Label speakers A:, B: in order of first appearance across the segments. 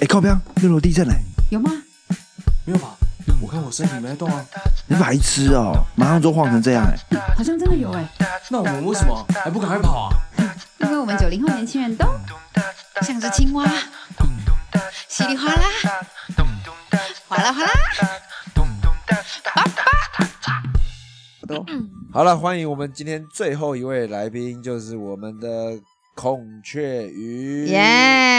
A: 哎，靠边！六楼地震嘞、
B: 有吗？
C: 没有吧？我看我身体没在动啊。
A: 你白痴哦、马上就晃成这样哎、
B: 好像真的
D: 嗯
B: 有哎、
C: 那我们为什么还不赶快跑啊？
B: 因为我们九零后年轻人都像只青蛙，稀里哗啦，哗啦哗啊啦。
E: 好了，欢迎我们今天最后一位来宾，就是我们的孔雀鱼。
D: 耶！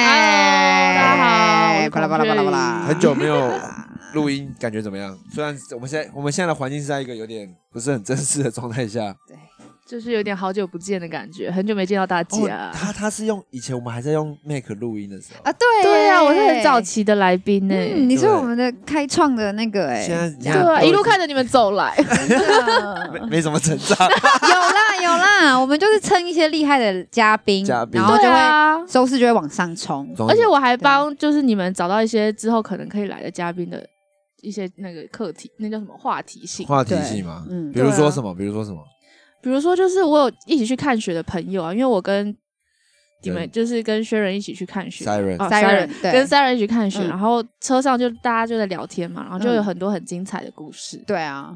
F: 大家好我是
D: 巴拉巴拉巴拉巴拉，
E: 很久没有录音，感觉怎么样？虽然我们现在我们现在的环境是在一个有点不是很真实的状态 下。
F: 就是有点好久不见的感觉，很久没见到大家。
E: 哦他他是用以前我们还在用 Mac 录音的时候，
D: 啊，对
F: 对啊啊，
D: 耶
F: 我是很早。期的来宾呢、
D: 嗯，你是
E: 对
D: 我们的开创的那个哎，
E: 现在你
F: 对啊，
E: 都
F: 一路看着你们走 来，
D: 真的
E: 没没什么成长，
D: 有啦有啦，我们就是蹭一些厉害的嘉宾，
E: 嘉宾
D: 然后就
F: 对
D: 会
F: 啊。
D: 收视就会往上冲。
F: 而且我还帮就是你们找到一些之后可能可以来的嘉宾的一些那个课题，那叫什么话题性？
E: 话题性嘛，
D: 嗯
E: 比，如
F: 对
E: 说
F: 啊
E: 什么，比如说什么，
F: 比如说就是我有一起去看雪的朋友啊，因为我跟你们
E: 对
F: 就是跟薛仁一起去看雪
E: Siren
F: 啊
D: Siren，对
F: 跟 Siren 一起看雪，
D: 嗯
F: 然后车上就大家就在聊天嘛，然后就有
D: 嗯
F: 很多很精彩的故事。
D: 对啊，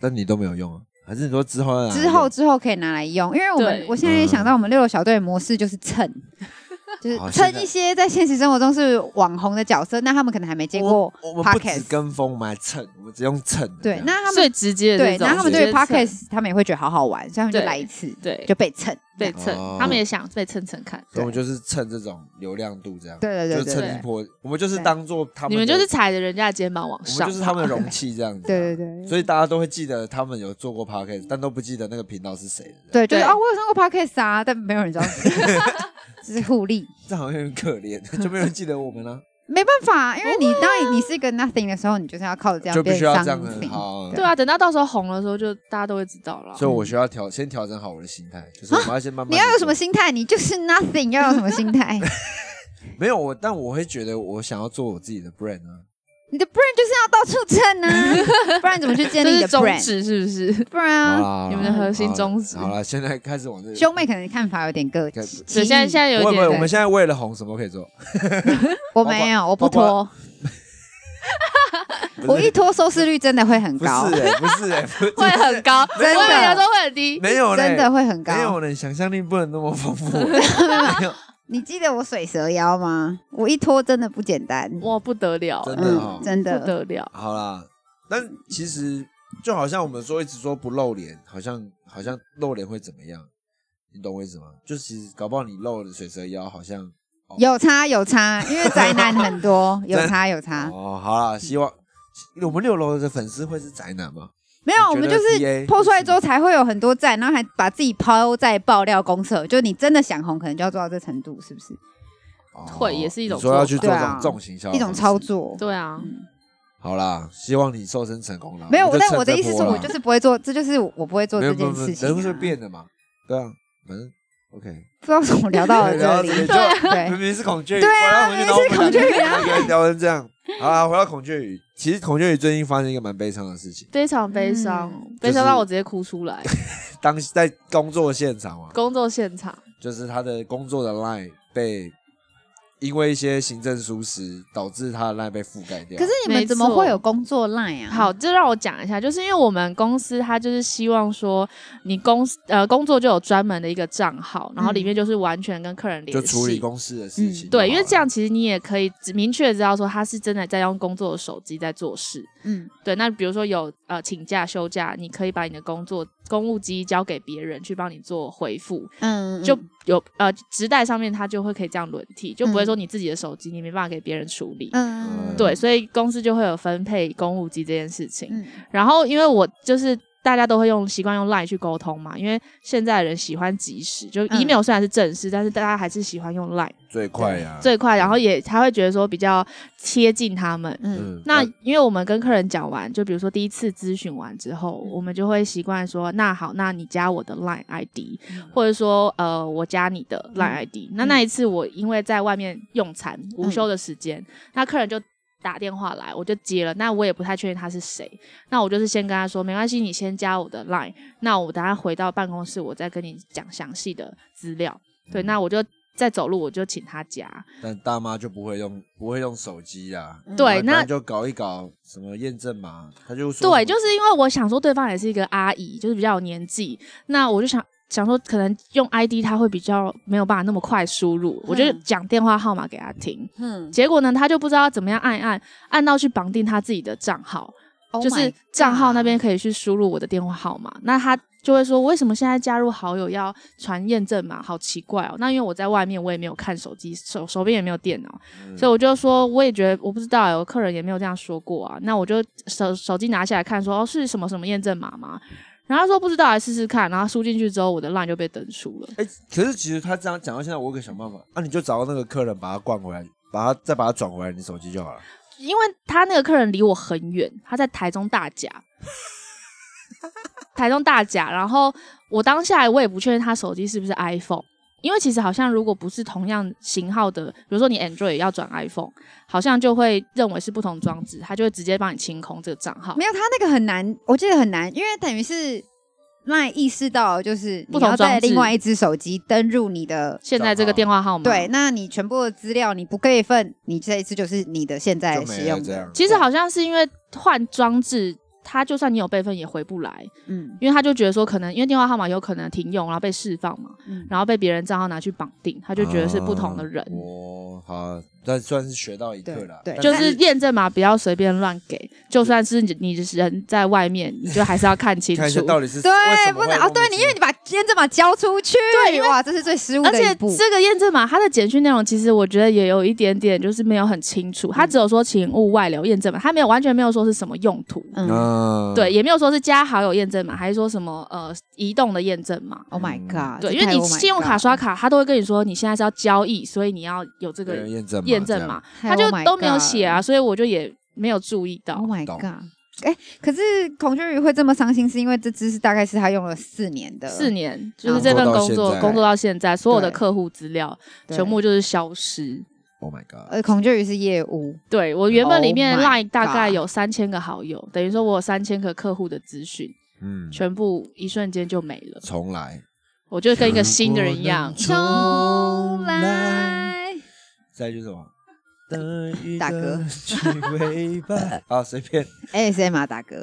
E: 但你都没有用啊，还是你说之后要拿来
D: 之后
E: 用
D: 之后可以拿来用，因为我们
F: 对
D: 我现在也想到我们六六小队的模式就是蹭，就是
E: 好
D: 蹭
E: 现在
D: 一些在现实生活中是网红的角色，那他们可能还没见过
E: 我我们不只
D: podcast，
E: 跟风，我们还蹭，我们只用蹭的这
D: 对
E: 样。，
D: 那他们
F: 最直接的
D: 对，
F: 这种
D: 那他们
F: 直接
D: 对
F: 蹭
D: podcast 他们也会觉得好好玩，所以他们就
F: 对
D: 来一次，
F: 对
D: 就被蹭，
F: 被
E: 蹭
F: 蹭
E: 哦，
F: 他们也想被蹭蹭看。
E: 所以我们就是蹭这种流量度这样，
D: 对对对
E: 就
D: 对
E: 是蹭一
D: 对
E: 波，我们就是
D: 对
E: 当做他们的，
F: 你们就是踩着人家的肩膀往
E: 我们
F: 上，
E: 就是他们的容器这样子啊，
D: 对对对。
E: 所以大家都会记得他们有做过 podcast，但都不记得那个频道是谁的。这
D: 对，
E: 样
D: 就是
F: 对
D: 哦，我有上过 podcast 啊，但没有人知道是 谁，这是互利。
E: 这好像有点可怜， 就没有人记得我们啊 了、
D: 没办法，啊因为你
F: 啊
D: 当你是一个 nothing 的时候，你就是要靠着这样
E: 就必
D: 变
E: 须要
D: something。
E: 这样子。好，
F: 对啊，等到到时候红的时候，就大家都会知道了。嗯
E: 所以我需要调，先调整好我的心态，就是我们要先慢慢。
D: 啊你要有什么？心态？你就是 nothing，要有什么心态？
E: 没有我，但我会觉得我想要做我自己的 brand 啊。
D: 你的 brand 就是要到处蹭啊，不然怎么去建立
F: 这
D: 你
F: 是
D: 的
F: 宗
D: brand？
F: 旨是不是？
D: 不然
E: 好
D: 啊，
E: 啦
F: 你们的核心宗旨
E: 好啦好了，现在开始往这个。
D: 兄妹可能看法有点各
E: 该
D: 异。
F: 所以现在现在有
E: 不会不会，嗯
F: 点
E: 我们现在为了红什么都可以做？
D: 我没有，我不
E: 包括
D: 拖，
E: 不是
D: 我一拖收视率真的会很
E: 不
D: 高，
E: 是哎，不是哎，不是
F: 会很高，
D: 真的
F: 我以为有时候会很低。
E: 没有嘞
D: 真的会很
E: 没有
D: 高。
E: 呢，想象力不能那么 丰富。没有，
D: 你记得我水蛇腰吗？我一拖真的不简单，
F: 哇，不得了，
E: 真的哦
D: 嗯，真
F: 不
D: 的。
F: 得了。
E: 好啦，但其实就好像我们说一直说不露脸，好像好像露脸会怎么样？你懂我意思吗？就其实搞不好你露了水蛇腰，好像
D: 有差有差，因为宅男很 多，有差有差。
E: 哦，好啦，希望我们六楼的粉丝会是宅男吗？
D: 没有，我
E: 你觉
D: 们
E: 得
D: 就是
E: TA
D: 抛出来之后才会有很多赞，然后还把自己抛在爆料公社，就你真的想红，可能就要做到这程度，是不是？
E: 哦
F: 会也是一种
E: 你说要去做
D: 做
E: 这
D: 法
E: 种重型销售
D: 啊一种操。作。
E: 嗯哦
F: 对啊，
E: 好啦，希望你瘦身成功啦。
D: 没有，
E: 我就
D: 但
E: 趁
D: 我的
E: 这
D: 意思
E: 波
D: 是
E: 啦
D: 我就是不会做，这就是我不会做
E: 没
D: 这
E: 有没
D: 件
E: 有没有
D: 事情啊。
E: 人是变的嘛？对啊，反正 OK。
D: 不知道怎么聊 到了这里，
E: 对啊
D: 对
E: 明明是孔雀鱼，
D: 对啊
E: 我让我们去
D: 明明是
E: 聊我们两个聊成这样。好啦，回到孔雀鱼，其实孔雀鱼最近发生一个蛮悲伤的事情，
F: 非常悲伤，
D: 嗯
F: 悲
E: 就是
F: 伤到我直接哭出来。
E: 当时在工作现场啊，
F: 工作现场，
E: 就是他的工作的 line 被因为一些行政疏失，导致他的 line 被覆盖掉。
D: 可是你们怎么会有工作 line 啊？
F: 好，，这让我讲一下，就是因为我们公司它就是希望说，你公司呃工作就有专门的一个账号，然后里面就是完全跟客人联系，
E: 嗯就处理公司的事情就好了、
F: 嗯对，因为这样其实你也可以只明确地知道说他是真的在用工作的手机在做事。
D: 嗯，
F: 对，那比如说有呃请假休假，你可以把你的工作公务机交给别人去帮你做回复，
D: 嗯，
F: 就
D: 嗯
F: 有呃职代上面他就会可以这样轮替，就不会
D: 嗯
F: 说你自己的手机你没办法给别人处理。
D: 嗯，
F: 对，所以公司就会有分配公务机这件事情。
D: 嗯，
F: 然后因为我就是大家都会用习惯用 Line 去沟通嘛，因为现在的人喜欢即时，就
D: 嗯
F: email 虽然是正式，但是大家还是喜欢用 Line
E: 最快啊呀、
F: 最快，然后也他会觉得说比较贴近他们。
D: 嗯
E: 嗯，
F: 那
E: 啊
F: 因为我们跟客人讲完，就比如说第一次咨询完之后，我们就会习惯说，那好，那你加我的 Line ID，或者说呃，我加你的 Line ID。那那一次我因为在外面用餐，午休的时间，那客人就打电话来，我就接了。那我也不太确定他是谁，那我就是先跟他说，没关系，你先加我的 Line，那我等下回到办公室，我再跟你讲详细的资料。对，那我就在走路我就请他夹。
E: 但大妈就不会用，不会用手机啊啦。
F: 对，
E: 然后
F: 那
E: 就搞一搞什么验证码，他就说
F: 对，
E: 什么
F: 就是因为我想说对方也是一个阿姨，就是比较有年纪，那我就想。想说可能用 ID 他会比较没有办法那么快输入，我就
D: 嗯
F: 讲电话号码给他听。
D: 嗯，
F: 结果呢，他就不知道怎么样按一按，按到去绑定他自己的账号，
D: ，Oh
F: 就是账号那边可以去输入我的电话号码。那他就会说，为什么现在加入好友要传验证码？好奇怪哦。那因为我在外面，我也没有看手机，手手边也没有电脑，所以我就说，我也觉得我不知道、欸，我客人也没有这样说过啊。那我就手手机拿下来看说哦，是什么什么验证码吗？然后他说不知道，来试试看。然后输进去之后，我的 line 就被登输了。
E: 哎、可是其实他这样讲到现在，我有个想办法，那、啊你就找到那个客人，把他灌回来，把他再把他转回来你手机就好了。
F: 因为他那个客人离我很远，他在台中大甲，台中大甲。然后我当下我也不确定他手机是不是 iPhone，因为其实好像如果不是同样型号的，比如说你 Android 要转 iPhone，好像就会认为是不同装置，他就会直接帮你清空这个账号
D: 没。有他那个很难，我记得很难，因为等于是赖意识到就是
F: 不
D: 你
F: 同
D: 要
F: 装
D: 在
F: 置
D: 另外一只手机登入你的。
F: 现在这个电话号码，
D: 对，，那你全部的资料你不备份，你这一次就是你的现在
E: 就没了
D: 使用
E: 这
D: 的
E: 样，
F: 其实好像是因为换装置，他就算你有备份也回不来，
D: 嗯
F: 因为他就觉得说可能因为电话号码有可能停用，然后被释放嘛，
D: 嗯，
F: 然后被别人账号拿去绑定，他就觉得是不同的人。
E: 啊哦，好，但算是学到一课了。
D: 对对
F: 就
E: 但
F: 是验证码不要随便乱给，就算是你你人在外面，你就还是要看清
E: 看一下
F: 楚。
E: 到底是为什
D: 对，
E: 么会
D: 不能哦，对
E: 忘
D: 你，
E: 记
D: 因为你把验证码交出去，
F: 对因为
D: 哇，这是最失误
F: 而
D: 的
F: 且
D: 一步，
F: 这个验证码，它的简讯内容其实我觉得也有一点点，就是没有很清楚。
D: 嗯
F: 它只有说请勿外流验证码，它没有完全没有说是什么用途，
D: 嗯
E: 嗯，
F: 对，也没有说是加好友验证码，还是说什么呃移动的验证码。
D: ，Oh my god，
F: 对，
D: 这
F: 因为
D: 太
F: 你
D: Oh my
F: 信用卡
D: god
F: 刷卡，它都会跟你说你现在是要交易，所以你要有这
E: 这
F: 个
E: 验证
F: 验证
E: 这样
F: 码，
D: 太
F: 它就
D: Oh my
F: 都没有
D: god
F: 写啊，所以我就也没有注意到
D: Oh。my
E: 懂
D: god！哎、可是孔雀鱼会这么伤心，是因为这只是大概是他用了四年的，
F: 四年，就
D: 嗯
F: 是这份工
E: 工作到现
F: 作
E: 在
F: 工作到现在，所有的
D: 对
F: 客户资料
D: 对
F: 全部就是消失。
E: Oh my god！
D: 呃，孔雀鱼是业务，
F: 对我原本里
D: Oh
F: 面
D: my
F: Line 大概
D: God
F: 有三千个好友，等于说我有三千个客户的资讯，
E: 嗯，
F: 全部一瞬间就没了。
E: 重来，
F: 我就跟一个新的人一样，
E: 重来。
D: 来，
E: 再一句什么？等一
D: 打嗝
E: 个机会 吧。好，随便。
D: ASMR 大哥，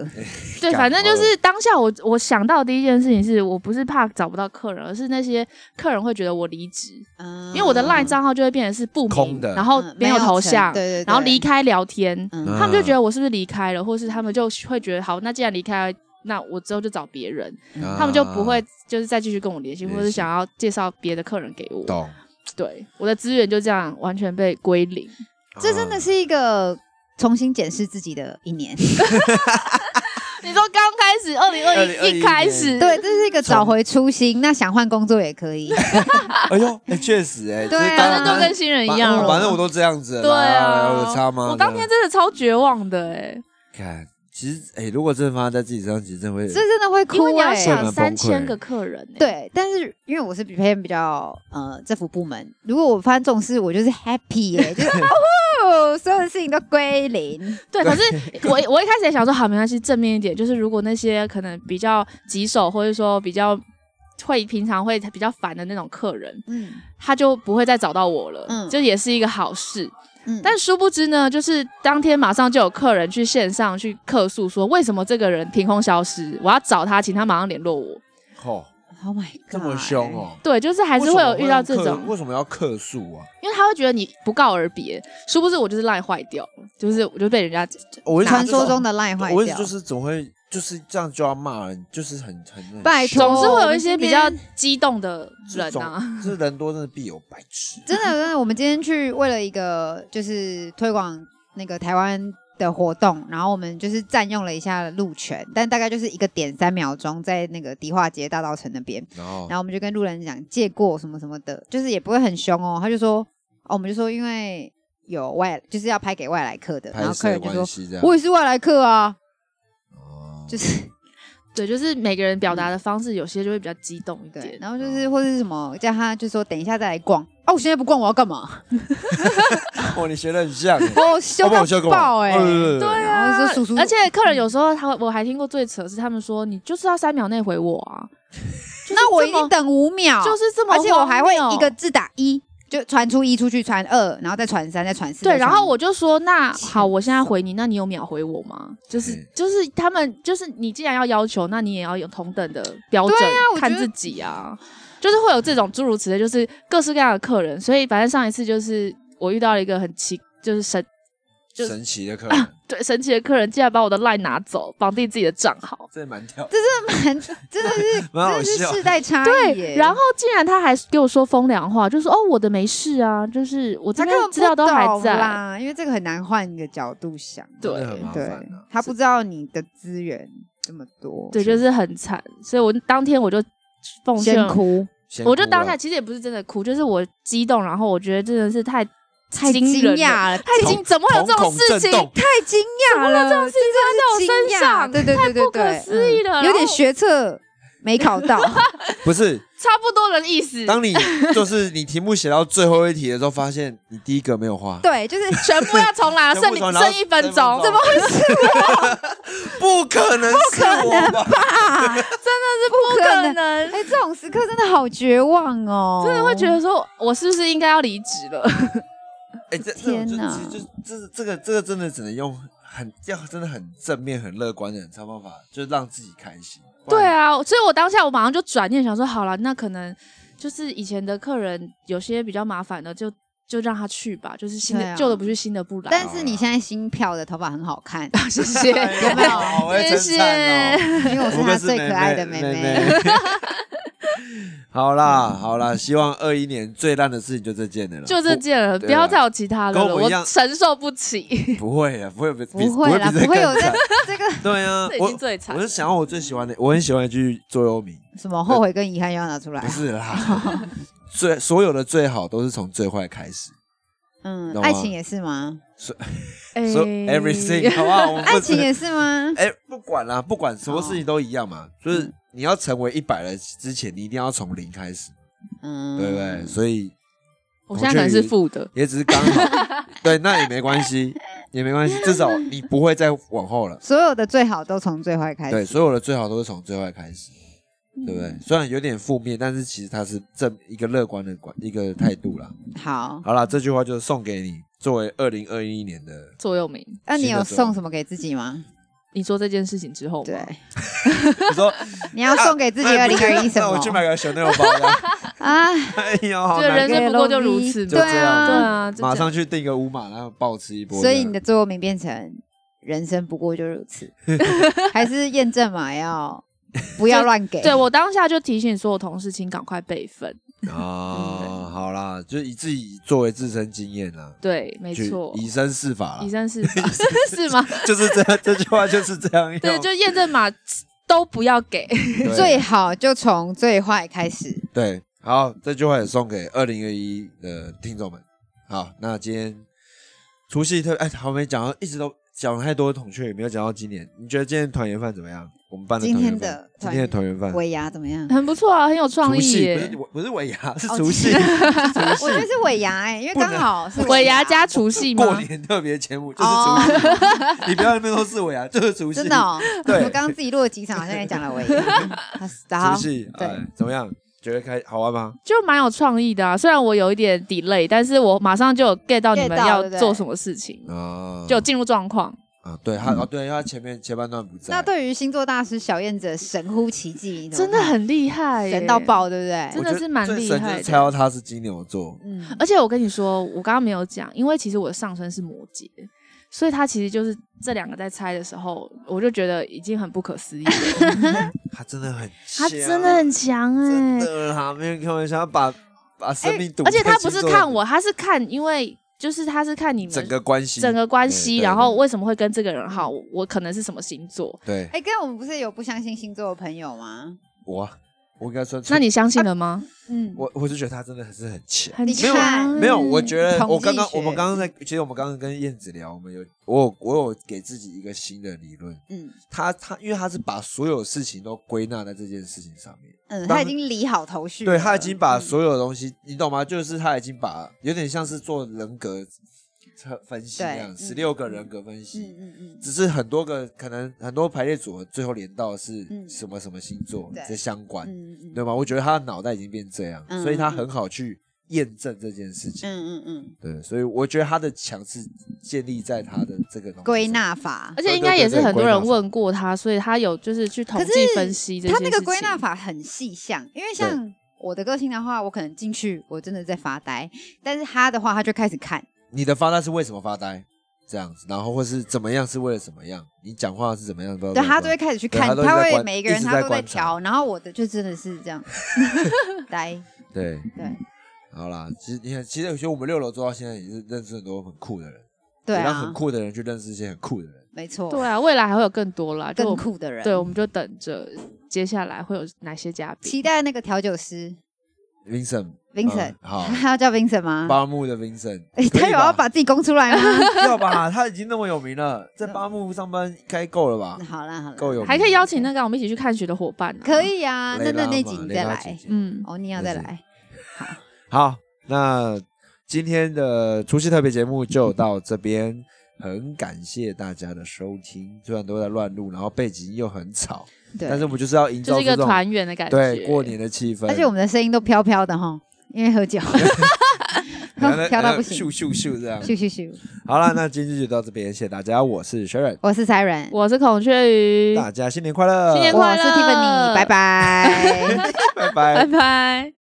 F: 对，
E: 干
F: 反正就
E: 好
F: 是当下我我想到第一件事情是我不是怕找不到客人，而是那些客人会觉得我离职，
D: 嗯
F: 因为我的 Line 账号就会变成是不明
E: 空的
F: 然后
D: 嗯
F: 没有头
D: 成
F: 像，
D: 对对对，
F: 然后离，开聊天，
D: 嗯
E: 嗯
F: 他们就觉得我是不是离开了，或是他们就会觉得好，那既然离开，那我之后就找别人，
E: 啊
F: 他们就不会就是再继续跟我联系，
E: 也是
F: 或者是想要介绍别的客人给我。
E: 懂。
F: 对，我的资源就这样完全被归零。
E: 啊
D: 这真的是一个重新检视自己的一 年，
F: 你说刚开始，二零二一
E: 2021
F: 一开始，
D: 对，这是一个找回初心。那想换工作也可以，
E: 啊。哎呦，哎确实哎，
D: 对啊
E: 这
F: 反正都
E: 当然
F: 跟新人一样
E: 反
F: 了。
E: 反正我都这样子了。
F: 对
E: 来来
F: 啊，
E: 来有差吗？
F: 我当天真的超绝望的哎，
E: 看，其实哎、如果真的发生在自己身上，其实真的会
D: 这真的会哭、
F: 因为你要
D: 欸
F: 想
E: 蛮崩溃
F: 三千个客人欸，
D: 对，但是因为我是比偏比较呃政府部门，如果我发生这种事，我就是 happy 耶、就是哦，所有的事情都归零。
F: 对，可是我 我一开始也想说，好，没关系，正面一点，就是如果那些可能比较棘手，或者说比较会平常会比较烦的那种客人，
D: 嗯
F: 他就不会再找到我了，
D: 嗯
F: 就也是一个好事。
D: 嗯，
F: 但殊不知呢，就是当天马上就有客人去线上去客诉说，为什么这个人凭空消失？我要找他，请他马上联络我。
E: 哦
D: Oh my God，
E: 这么凶，哦，
F: 对，就是还是会有遇到这
E: 为什么会
F: 种
E: 用客，为什么要客诉啊？
F: 因为他会觉得你不告而别，殊不知我就是赖坏掉了，就是我就被人家
E: 我一直
D: 传
E: 就是
D: 说中的赖坏
E: 我意思
D: 掉，
E: 就是总会就是这样就要骂人，就是很很很
D: 拜托
F: 总是会有一
D: 我
F: 些
D: 们这
F: 比较
D: 边
F: 激动的人
E: 这
F: 啊。
E: 种，就是人多真的必有白痴。
D: 真的，真的，我们今天去为了一个就是推广那个台湾。的活动，然后我们就是占用了一下路权，但大概就是一个点三秒钟，在那个迪化街大道城那边，
E: 然后
D: 然后我们就跟路人讲借过什么什么的，就是也不会很凶哦。他就说，哦，我们就说因为有外，就是要拍给外来客的，然
E: 拍
D: 后客
E: 摄
D: 人就
E: 关
D: 说，
E: 系这样，
D: 我也是外来客啊，
E: 哦
D: 就是
F: 对，就是每个人表达的方式，有些就会比较激动一
D: 对
F: 点，。
D: 然后
E: 哦
D: 就是或是什么叫他就说等一下再来逛，哦，我现在不逛我要干嘛？
E: 哦，你学的很像耶，
D: 哦，凶
E: 哦不
D: 到
E: 我修过
D: 爆哎、
E: 哦
F: 对
D: 然
F: 啊
D: 后，说叔叔
F: 而且客人有时候他会，我还听过最扯的是，他们说你就是要三秒内 回我啊，就是
D: 那我
F: 这
D: 一
F: 么
D: 定等五秒，
F: 就是这么荒
D: 而
F: 谬，
D: 且我还会一个字打一，就传出一出去，传二，然后再传三，再传四。
F: 对，
D: 再传
F: 然
D: 五
F: 后我就说， 那好，
D: 气
F: 我现在回你，那你有秒回我吗？就是
E: 嗯
F: 就是他们就是你既然要要求，那你也要有同等的标准、
D: 我
F: 看
D: 觉得
F: 自己啊，就是会有这种诸如此类，就是各式各样的客人。所以反正上一次就是我遇到了一个很奇，就是神就
E: 神奇的客
D: 啊
E: 人，
F: 对神奇的客人，竟然把我的 line 拿走，绑定自己的账号。
E: 这也蛮跳，
D: 蛮真的是
E: 蛮
D: 真
E: 好
D: 的是
E: 笑。
D: 世代差异耶。
F: 对，然后竟然他还给我说风凉话，就说哦我的没事啊，就是我这
D: 他
F: 边
D: 根本
F: 资料都还
D: 不懂
F: 在。
D: 啦，因为这个很难换一个角度想。
F: 对
E: 真的很麻
D: 对
E: 烦啊，
D: 他不知道你的资源这么多，
F: 对，就是很惨，所以我当天我就奉献
D: 先
F: 了
D: 哭，
E: 先
F: 我就
E: 哭啊
F: 当
E: 了
F: 下其实也不是真的哭，就是我激动，然后我觉得真的是太
D: 太
F: 惊
D: 惊
F: 人了，
D: 讶了，
F: 太惊，怎么会有这
E: 瞳
F: 种
E: 孔
F: 事
E: 震
F: 情？
E: 动，
D: 太惊讶了，这种事情
F: 情发生在我身上
D: 对对对对对，
F: 太不可思议
D: 嗯
F: 了
D: 有
F: 然后
D: 点学测没考 到，
E: 不是？
F: 差不多的意思，
E: 当你就是你题目写到最后一题的时候，发现你第一个没有画，
D: 对，就是
F: 全部要重来，
E: 全
F: 啊剩
E: 部
F: 你
E: 重来
F: 剩一分钟，
E: 然后
F: 怎么会
E: 不可能，不可能吧？
D: 不
F: 可
D: 可能。
F: 能？
D: 哎，这种时刻真的好绝望哦，
F: 真的会觉得说，我是不是应该要离职了？
E: 哎，这
D: 天
E: 哪
D: 哪！
E: 就这这个这个真的只能用很要真的很正面、很乐观的人才有办法，就是让自己开心。不
F: 对
E: 然，
F: 啊，所以我当下我马上就转念想说，好了，那可能就是以前的客人有些比较麻烦的，就就让他去吧，就是新
D: 对
F: 的
D: 啊
F: 旧的不去，新的不来。
D: 但是你现在新票的头发很好看，
F: 谢 谢，
D: 有 没有
E: 好我会
F: 谢
E: 称赞哦
D: 因为我是
E: 不愧
D: 她最可爱的
E: 妹
D: 妹 妹。
E: 妹。 好啦，好啦，希望二一年最烂的事情就这件的了，
F: 就这件了，
E: 对啊
F: 不要再有其他的
E: 跟
F: 了，
E: 我一样
F: 我承受不起。
E: 不不会啊，不会比比
D: 不会啦，
E: 比这
D: 不会
E: 更
D: 有这
E: 惨
D: 这个
E: 对啊
F: 这，已
E: 我
F: 经最惨
E: 我
F: 了
E: 是想要我最喜欢的，我很喜欢一句座右铭，
D: 什么后悔跟遗憾要拿出来
E: 不。是啦，最所有的最好都是从最坏开始。
D: 嗯
E: 懂，吗啊
D: 爱情也是吗？
E: So
F: 哎
E: everything，好不 好？我们不
D: 爱情
E: 只
D: 也是 吗？
E: 哎，不管啦，不管什么事情都一样嘛，
D: 嗯
E: 就是你要成为一百了之前，你一定要从零开始，
D: 嗯，
E: 对不对？所以
F: 我现在可能是负的，
E: 也只是 刚好，对，那也没关系，也没关系，至少你不会再往后了。
D: 所有的最好都从最坏开
E: 对，
D: 始。嗯
E: 所有的最好都是从最坏开始，对不对？虽然有点负面，但是其实它是正一个乐观的观一个态度啦。
D: 好，
E: 好啦，这句话就是送给你，作为二零二一年的
F: 座右铭。
D: 那你
E: 新的
D: 有
E: 时候
D: 送什么给自己吗？
F: 你做这件事情之后，
D: 对，，
E: 你说
D: 你要送给自己
E: 那
D: 二
E: 啊你
D: 零
E: 不去
D: 二一什
E: 那
D: 么
E: 我去买个小那种包吧。
D: 啊？
E: 哎呦，好
F: 这人
E: 难过，
F: 生不过就如此嘛，
E: 就
D: 对
E: 这
D: 啊
E: 样，
F: 对啊，就这样
E: 马上去订个五马，然后暴吃一波。
D: 所以你的座右铭变成“人生不过就如此”， 还是验证码要不要乱给？
F: 对我当下就提醒所有同事，请赶快备份。
E: 这样
D: 嗯
E: 啊，好啦，就以自己作为自身经验啦，
F: 对，没
E: 去
F: 错，
E: 以身试法啦
F: 以，上是 吧是吗？
E: 就是这样，这句话就是这样用。
F: 对，就验证码都不要给。
E: 对
D: 最好就从最坏开始。
E: 对，好，这句话也送给二零二一的听众们。好，那今天除夕特哎，好没讲到，一直都讲太多孔雀，也没有讲到今年。你觉得今天团圆饭怎么样？我们办的
D: 今
E: 团圆
D: 天
E: 饭
D: 的
E: 今天的团圆饭，
D: 尾牙怎么样？
F: 很不错啊，很有创
E: 除
F: 意
E: 夕不
F: 耶
E: 是。我不是尾牙，是
D: 哦
E: 除夕，
D: 我觉得是尾牙哎，因为
E: 不能
D: 刚好是
F: 尾牙加除夕吗？
E: 过年特别节目就是除夕。你不要在那边说是尾牙，就是除夕。
D: 哦真的哦。
E: 对
D: 我刚刚自己录了几场，好像也讲了尾 牙。好
E: 除，夕
D: 对
E: 哎怎么样？觉得开好玩吗？
F: 就蛮有创意的啊。虽然我有一点 delay，但是我马上就有 get 到你
D: get
F: 们
D: 到
F: 要
D: 对不对
F: 做什么事情，
E: 啊，
F: 就进入状况。
E: 啊，对他哦，对，因为他前面前半段不在。
D: 那对于星座大师小燕子的神乎其技，你怎么
F: 真的
D: 看
F: 很厉害耶，
D: 神到爆，对不对
F: 真？
E: 我
F: 的
E: 觉得
F: 是蛮
E: 最
F: 厉
E: 神就
F: 害
E: 是
F: 的
E: 猜到他是金牛座，
D: 嗯，
F: 而且我跟你说，我刚刚没有讲，因为其实我的上身是摩羯，所以他其实就是这两个在猜的时候，我就觉得已经很不可思议 了。
E: 他真的很
F: 他
E: 强，
F: 真的很强
E: 真
F: 哎、
E: 的啦，没有开玩笑，他把把生命赌在
F: 而且
E: 星啊座的，
F: 他不是看我，他是看，因为就是他是看你们
E: 整个关系，
F: 整个关系，
E: 对对
F: 然后为什么会跟这个人好，我可能是什么星座？
E: 对
D: 哎，刚刚我们不是有不相信星座的朋友吗？
E: 我啊，我应该算，
F: 那你相信了吗？
D: 嗯，
E: 我我就觉得他真的很是很强。
F: 很
D: 你
F: 强
D: 看
F: 欸
E: 没有，我觉得
D: 统
E: 我刚刚
D: 计学
E: 我们刚刚在，其实我们刚刚跟燕子聊，我们有我有我有给自己一个新的理论，
D: 嗯
E: 他他因为他是把所有事情都归纳在这件事情上面，
D: 嗯，
E: 当
D: 他已经理好头绪了，
E: 对他已经把
D: 嗯
E: 所有的东西，你懂吗？就是他已经把有点像是做人格测分析那样，
D: 对
E: 十
D: 嗯
E: 六个人格分析，
D: 嗯嗯
E: 只是很多个可能很多排列组合最后连到是
D: 嗯
E: 什么什么星座
D: 对
E: 这相关，
D: 嗯嗯
E: 对吗？我觉得他的脑袋已经变这样，
D: 嗯
E: 所以他很好去验证这件事情。
D: 嗯嗯嗯，
E: 对，所以我觉得他的强是建立在他的这个东西
D: 归
E: 上。
D: 纳法
F: 而。
E: 对
F: 且
E: 对
F: 应该也是很多人问过他，所以他有就是去统计分析这些
D: 他那个
F: 事
D: 归纳
F: 情
D: 法很细项，因为像我的个性的话，我可能进去我真的在发呆，但是他的话，他就开始看。
E: 你的发呆是为什么发呆？这样子，然后或是怎么样是为了什么样？你讲话是怎么样？对
D: 对他都会开始去
E: 对
D: 看，
E: 他都在
D: 他会
E: 观
D: 每一个
E: 一
D: 人
E: 直
D: 他
E: 在
D: 都在
E: 观察
D: 调，然后我的就真的是这样 呆。
E: 对
D: 对
E: 好啦，其实你看，其实我觉得我们六楼做到现在也是认识很多很酷的人，
D: 对
E: 也让
D: 啊
E: 很，酷的人去认识一些很酷的人。
D: 没错，
F: 对啊，未来还会有更多啦，就
D: 更
F: 我们。
D: 酷的人。
F: 对，我们就等着接下来会有哪些嘉宾。
D: 期待那个调酒师
E: Vincent，Vincent、
D: Vincent，
E: 嗯好，
D: 他要叫 Vincent 吗？
E: 八木 的 Vincent，
D: 诶
E: 可以
D: 他有要把自己供出来吗？
E: 要吧？他已经那么有名了，在八木上班该够了吧？
D: 嗯好啦好啦，
E: 够有名，
F: 还可以邀请那个我们一起去看雪的伙伴、啊，
D: 可。以 啊，那
E: 雷
D: 那
E: 拉
D: 那
E: 嘛
D: 集你
E: 雷
D: 再
E: 拉
D: 来
E: 姐，姐
F: 嗯，
D: 哦，你要再来，
E: 好，那今天的除夕特别节目就到这边，很感谢大家的收听。虽然都在乱录，然后背景又很吵，
D: 对
E: 但，是我们就是要营
F: 就
E: 造
F: 是
E: 出
F: 一个
E: 这种
F: 团圆的感觉。
E: 对过年的气氛。
D: 而且我们的声音都飘飘的哈，因为喝 酒，
E: 们
D: 飘到不行
E: 咻，咻咻这样。
D: 咻咻咻！
E: 好了，那今天就到这边，谢谢大家，我是 Sharon，
D: 我是 Siren，
F: 我是孔雀鱼，
D: 嗯
E: 大家新年快乐，
F: 新年 快
D: 我是 Tiffany，拜拜。
E: 拜
F: 拜
E: 拜。
F: 拜。